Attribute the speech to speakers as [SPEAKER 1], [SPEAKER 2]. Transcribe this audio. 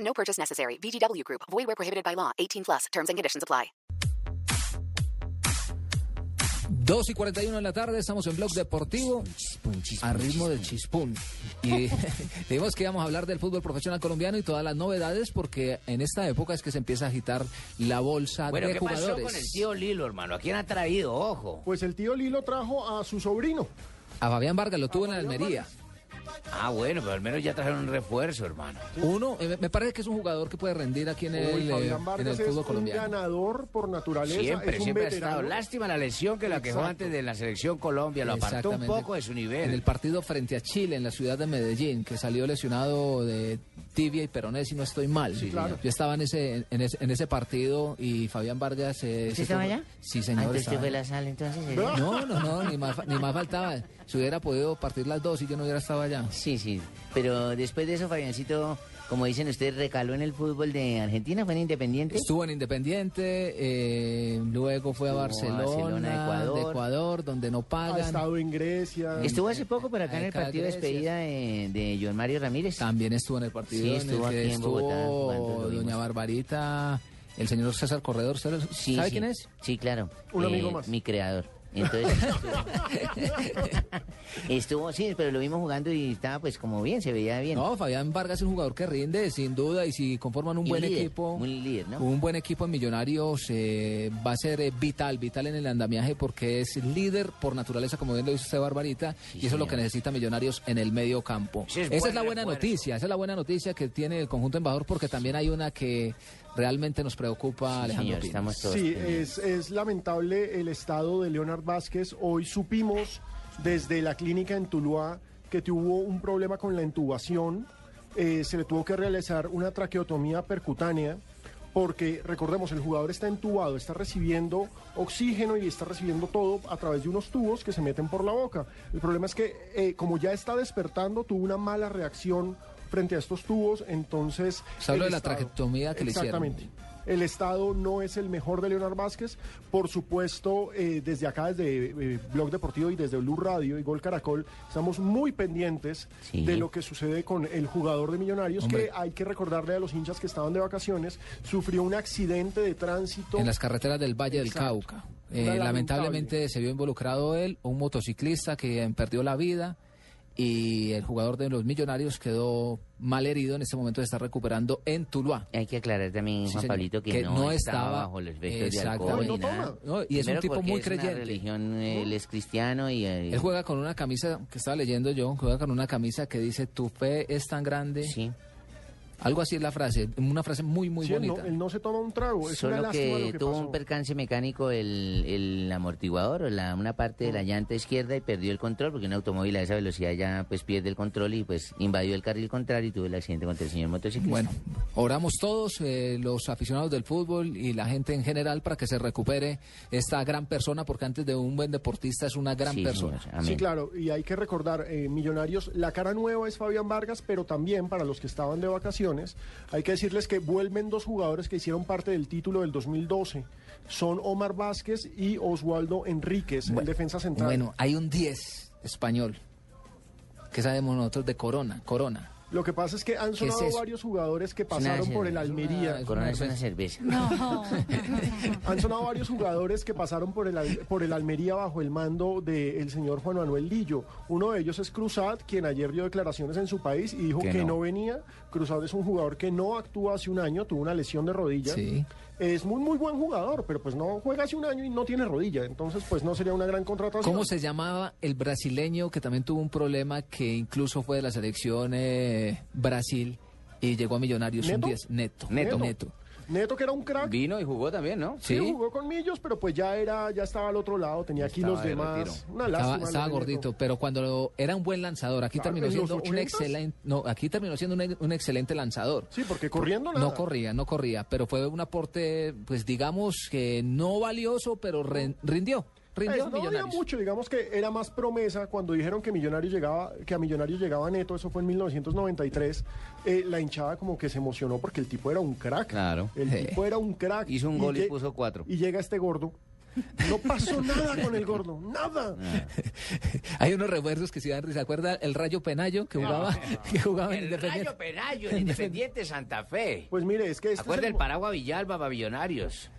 [SPEAKER 1] No purchase necessary. VGW Group. Void where prohibited by law. 18 plus. Terms and conditions apply.
[SPEAKER 2] 2 y 41 de la tarde, estamos en Blog Deportivo a ritmo de chispún. Y dijimos que íbamos a hablar del fútbol profesional colombiano y todas las novedades, porque en esta época es que se empieza a agitar la bolsa
[SPEAKER 3] Bueno,
[SPEAKER 2] de
[SPEAKER 3] ¿qué
[SPEAKER 2] jugadores.
[SPEAKER 3] pasó con el tío Lilo, hermano? ¿A quién ha traído? Ojo.
[SPEAKER 4] Pues el tío Lilo trajo a su sobrino.
[SPEAKER 2] A Fabián Vargas lo tuvo en Almería.
[SPEAKER 3] Ah, bueno, pero al menos ya trajeron un refuerzo, hermano.
[SPEAKER 2] Uno, eh, me parece que es un jugador que puede rendir aquí en
[SPEAKER 4] Uy,
[SPEAKER 2] el, eh,
[SPEAKER 4] Fabián
[SPEAKER 2] en el
[SPEAKER 4] Vargas es
[SPEAKER 2] fútbol
[SPEAKER 4] un
[SPEAKER 2] colombiano.
[SPEAKER 4] ganador por naturaleza.
[SPEAKER 3] Siempre,
[SPEAKER 4] es un
[SPEAKER 3] siempre ha
[SPEAKER 4] veterano.
[SPEAKER 3] estado. Lástima la lesión que la quejó
[SPEAKER 4] Exacto.
[SPEAKER 3] antes de la selección Colombia. Lo apartó un
[SPEAKER 2] Exactamente.
[SPEAKER 3] poco de su
[SPEAKER 2] En el
[SPEAKER 3] nivel.
[SPEAKER 2] partido frente a Chile, en la ciudad de Medellín, que salió lesionado de tibia y peroné, si no estoy mal.
[SPEAKER 4] claro.
[SPEAKER 2] Yo estaba en ese, en ese, en ese partido y Fabián Vargas... eh, se
[SPEAKER 5] estaba
[SPEAKER 2] tomó-
[SPEAKER 5] allá?
[SPEAKER 2] Sí,
[SPEAKER 5] Ah,
[SPEAKER 2] señor.
[SPEAKER 5] entonces
[SPEAKER 2] estaba
[SPEAKER 5] usted fue
[SPEAKER 2] allá.
[SPEAKER 5] la sal, entonces. ¿eh?
[SPEAKER 2] No, no, no, ni más, fa- ni más faltaba. Si hubiera podido partir las dos y yo no hubiera estado allá.
[SPEAKER 5] Sí, sí. Pero después de eso, Fabiancito, como dicen ustedes, recaló en el fútbol de Argentina, fue en Independiente.
[SPEAKER 2] Estuvo en Independiente, eh, luego fue a
[SPEAKER 5] Estuvo a
[SPEAKER 2] Barcelona,
[SPEAKER 5] Barcelona,
[SPEAKER 2] de
[SPEAKER 5] Ecuador.
[SPEAKER 2] Ecuador, donde no
[SPEAKER 4] Ha
[SPEAKER 2] pagan.
[SPEAKER 4] estado en Grecia.
[SPEAKER 2] Este
[SPEAKER 5] Estuvo hace poco por acá en el
[SPEAKER 2] Acá,
[SPEAKER 5] partido de
[SPEAKER 2] gracias.
[SPEAKER 5] despedida de, de Joan Mario Ramírez.
[SPEAKER 2] También estuvo en el partido
[SPEAKER 5] Sí,
[SPEAKER 2] en el
[SPEAKER 5] estuvo
[SPEAKER 2] que
[SPEAKER 5] aquí en Bogotá
[SPEAKER 2] estuvo
[SPEAKER 5] jugando, lo
[SPEAKER 2] Doña
[SPEAKER 5] vimos.
[SPEAKER 2] Barbarita, el señor César Corredor. ¿Sabe
[SPEAKER 5] Sí,
[SPEAKER 2] sabe
[SPEAKER 5] sí.
[SPEAKER 2] quién es?
[SPEAKER 5] Sí, claro. Eh,
[SPEAKER 4] Un amigo más.
[SPEAKER 5] Mi creador. Entonces estuvo- estuvo, sí, pero lo vimos jugando y estaba pues como bien, se veía bien.
[SPEAKER 2] No, Fabián Vargas es un jugador que rinde, sin duda, y si conforman un
[SPEAKER 5] Y
[SPEAKER 2] buen
[SPEAKER 5] líder,
[SPEAKER 2] equipo,
[SPEAKER 5] un líder, ¿no?
[SPEAKER 2] un buen equipo en Millonarios eh, va a ser eh, vital, vital en el andamiaje porque es líder por naturaleza, como bien lo dice usted, Barbarita, y eso es lo que necesita Millonarios en el medio campo.
[SPEAKER 3] Ese es
[SPEAKER 2] esa
[SPEAKER 3] buen
[SPEAKER 2] es la buena
[SPEAKER 3] refuerzo.
[SPEAKER 2] noticia, esa es la buena noticia que tiene el conjunto embajador porque también hay una que realmente nos preocupa, Alejandro.
[SPEAKER 5] Señor,
[SPEAKER 2] Pino.
[SPEAKER 5] estamos todos.
[SPEAKER 4] Sí, eh,
[SPEAKER 5] pendientes.
[SPEAKER 4] es, es lamentable el estado de Leonard Vázquez. Hoy supimos desde la clínica en Tuluá que tuvo un problema con la intubación. Eh, se le tuvo que realizar una traqueotomía percutánea porque, recordemos, el jugador está entubado, está recibiendo oxígeno y está recibiendo todo a través de unos tubos que se meten por la boca. El problema es que, eh, como ya está despertando, tuvo una mala reacción frente a estos tubos, entonces...
[SPEAKER 2] Se habla
[SPEAKER 4] el
[SPEAKER 2] de la
[SPEAKER 4] estado-
[SPEAKER 2] traqueotomía que le hicieron.
[SPEAKER 4] Exactamente. El Estado no es el mejor de Leonard Vázquez. Por supuesto, eh, desde acá, desde eh, Blog Deportivo y desde Blue Radio y Gol Caracol, estamos muy pendientes
[SPEAKER 5] Sí.
[SPEAKER 4] de lo que sucede con el jugador de Millonarios,
[SPEAKER 2] Hombre.
[SPEAKER 4] que hay que recordarle a los hinchas que estaban de vacaciones, sufrió un accidente de tránsito.
[SPEAKER 2] En las carreteras del Valle
[SPEAKER 4] Exacto.
[SPEAKER 2] del Cauca.
[SPEAKER 4] Una
[SPEAKER 2] Eh,
[SPEAKER 4] lamentable.
[SPEAKER 2] lamentablemente se vio involucrado él, un motociclista que perdió la vida y el jugador de los Millonarios quedó mal herido. En este momento se está recuperando en Tuluá.
[SPEAKER 5] Hay que aclarar también,
[SPEAKER 2] Sí,
[SPEAKER 5] Juan
[SPEAKER 2] señor,
[SPEAKER 5] Pablito, que,
[SPEAKER 2] que
[SPEAKER 5] no,
[SPEAKER 2] no
[SPEAKER 5] estaba,
[SPEAKER 2] estaba-
[SPEAKER 5] bajo los efectos de alcohol
[SPEAKER 2] Exactamente.
[SPEAKER 5] ni nada.
[SPEAKER 2] No, y es un
[SPEAKER 5] Primero
[SPEAKER 2] tipo
[SPEAKER 5] porque
[SPEAKER 2] muy
[SPEAKER 5] es una
[SPEAKER 2] creyente.
[SPEAKER 5] religión, eh, él es cristiano y... eh,
[SPEAKER 2] Él juega con una camisa que estaba leyendo yo, juega con una camisa que dice tu fe es tan grande.
[SPEAKER 5] Sí.
[SPEAKER 2] Algo así es la frase, una frase muy muy
[SPEAKER 4] Sí, él, no,
[SPEAKER 2] bonita.
[SPEAKER 4] él no se toma un trago. Es una
[SPEAKER 5] Solo
[SPEAKER 4] lástima
[SPEAKER 5] que,
[SPEAKER 4] lo que
[SPEAKER 5] tuvo
[SPEAKER 4] pasó.
[SPEAKER 5] un percance mecánico el, el amortiguador o la, una parte de
[SPEAKER 4] Mm.
[SPEAKER 5] la llanta izquierda y perdió el control porque un automóvil a esa velocidad ya pues pierde el control y pues invadió el carril contrario y tuvo el accidente contra el señor motociclista.
[SPEAKER 2] Bueno, oramos todos, eh, los aficionados del fútbol y la gente en general, para que se recupere esta gran persona, porque antes de un buen deportista es una gran
[SPEAKER 5] Sí,
[SPEAKER 2] persona.
[SPEAKER 5] señor, amén.
[SPEAKER 4] Sí, claro, y hay que recordar, eh, Millonarios, la cara nueva es Fabián Vargas, pero también para los que estaban de vacaciones, hay que decirles que vuelven dos jugadores que hicieron parte del título del 2012. Son Omar Vázquez y Oswaldo Enríquez, el defensa central.
[SPEAKER 2] Bueno, hay un 10 español, que sabemos nosotros de Corona, Corona.
[SPEAKER 4] Lo que pasa es que han
[SPEAKER 2] ¿Qué es
[SPEAKER 4] sonado
[SPEAKER 2] eso?
[SPEAKER 4] varios jugadores que pasaron
[SPEAKER 5] Nada,
[SPEAKER 4] por el
[SPEAKER 5] es una-
[SPEAKER 4] Almería.
[SPEAKER 2] es
[SPEAKER 5] Corona es una cerveza.
[SPEAKER 4] Han sonado varios jugadores que pasaron por el, Al- por el Almería bajo el mando del señor Juan Manuel Lillo. Uno de ellos es Cruzat, quien ayer dio declaraciones en su país y dijo que,
[SPEAKER 3] Que
[SPEAKER 4] no.
[SPEAKER 3] no.
[SPEAKER 4] venía. Cruzat es un jugador que no actúa hace un año, tuvo una lesión de rodilla.
[SPEAKER 2] Sí.
[SPEAKER 4] Es muy, muy buen jugador, pero pues no juega hace un año y no tiene rodilla. Entonces, pues no sería una gran contratación.
[SPEAKER 2] ¿Cómo se llamaba el brasileño que también tuvo un problema que incluso fue de la selección eh, Brasil y llegó a Millonarios? Un
[SPEAKER 4] ¿Neto?
[SPEAKER 2] 10, neto.
[SPEAKER 4] Neto.
[SPEAKER 2] Neto.
[SPEAKER 4] Neto, que era un crack,
[SPEAKER 3] Vino y jugó también, ¿no?
[SPEAKER 4] sí, jugó con Millos, pero pues ya era, ya estaba al otro lado, tenía
[SPEAKER 3] Estaba
[SPEAKER 4] kilos
[SPEAKER 3] de
[SPEAKER 4] de más.
[SPEAKER 3] retiro.
[SPEAKER 4] Una
[SPEAKER 2] Estaba,
[SPEAKER 4] lástima,
[SPEAKER 2] estaba
[SPEAKER 4] lo de Neto.
[SPEAKER 2] gordito, pero cuando lo- era un buen lanzador, aquí
[SPEAKER 4] Claro,
[SPEAKER 2] terminó
[SPEAKER 4] en los
[SPEAKER 2] siendo un
[SPEAKER 4] 80s.
[SPEAKER 2] excelente, no, aquí terminó siendo un, un excelente lanzador.
[SPEAKER 4] Sí, porque corriendo nada.
[SPEAKER 2] No corría, no corría, pero fue un aporte, pues digamos que no valioso, pero ren- rindió,
[SPEAKER 4] Pues,
[SPEAKER 2] rindió a
[SPEAKER 4] no había
[SPEAKER 2] Millonarios.
[SPEAKER 4] mucho, digamos que era más promesa cuando dijeron que Millonarios llegaba, que a Millonarios llegaba Neto, eso fue en 1993. eh, la hinchada como que se emocionó porque el tipo era un crack.
[SPEAKER 3] Claro.
[SPEAKER 4] El
[SPEAKER 2] Sí.
[SPEAKER 4] tipo era un crack.
[SPEAKER 3] Hizo un gol y
[SPEAKER 4] lle-
[SPEAKER 3] puso cuatro.
[SPEAKER 4] Y llega este gordo. No pasó nada con el gordo, nada.
[SPEAKER 3] Ah.
[SPEAKER 2] Hay unos refuerzos que si dan risa. ¿Se acuerda el Rayo Penayo que jugaba, que jugaba
[SPEAKER 3] El
[SPEAKER 2] en Independiente?
[SPEAKER 3] Rayo Penayo, el Independiente Santa Fe.
[SPEAKER 4] Pues mire, es que este es
[SPEAKER 3] Acuerda
[SPEAKER 4] el
[SPEAKER 3] el Paragua Villalba para Millonarios.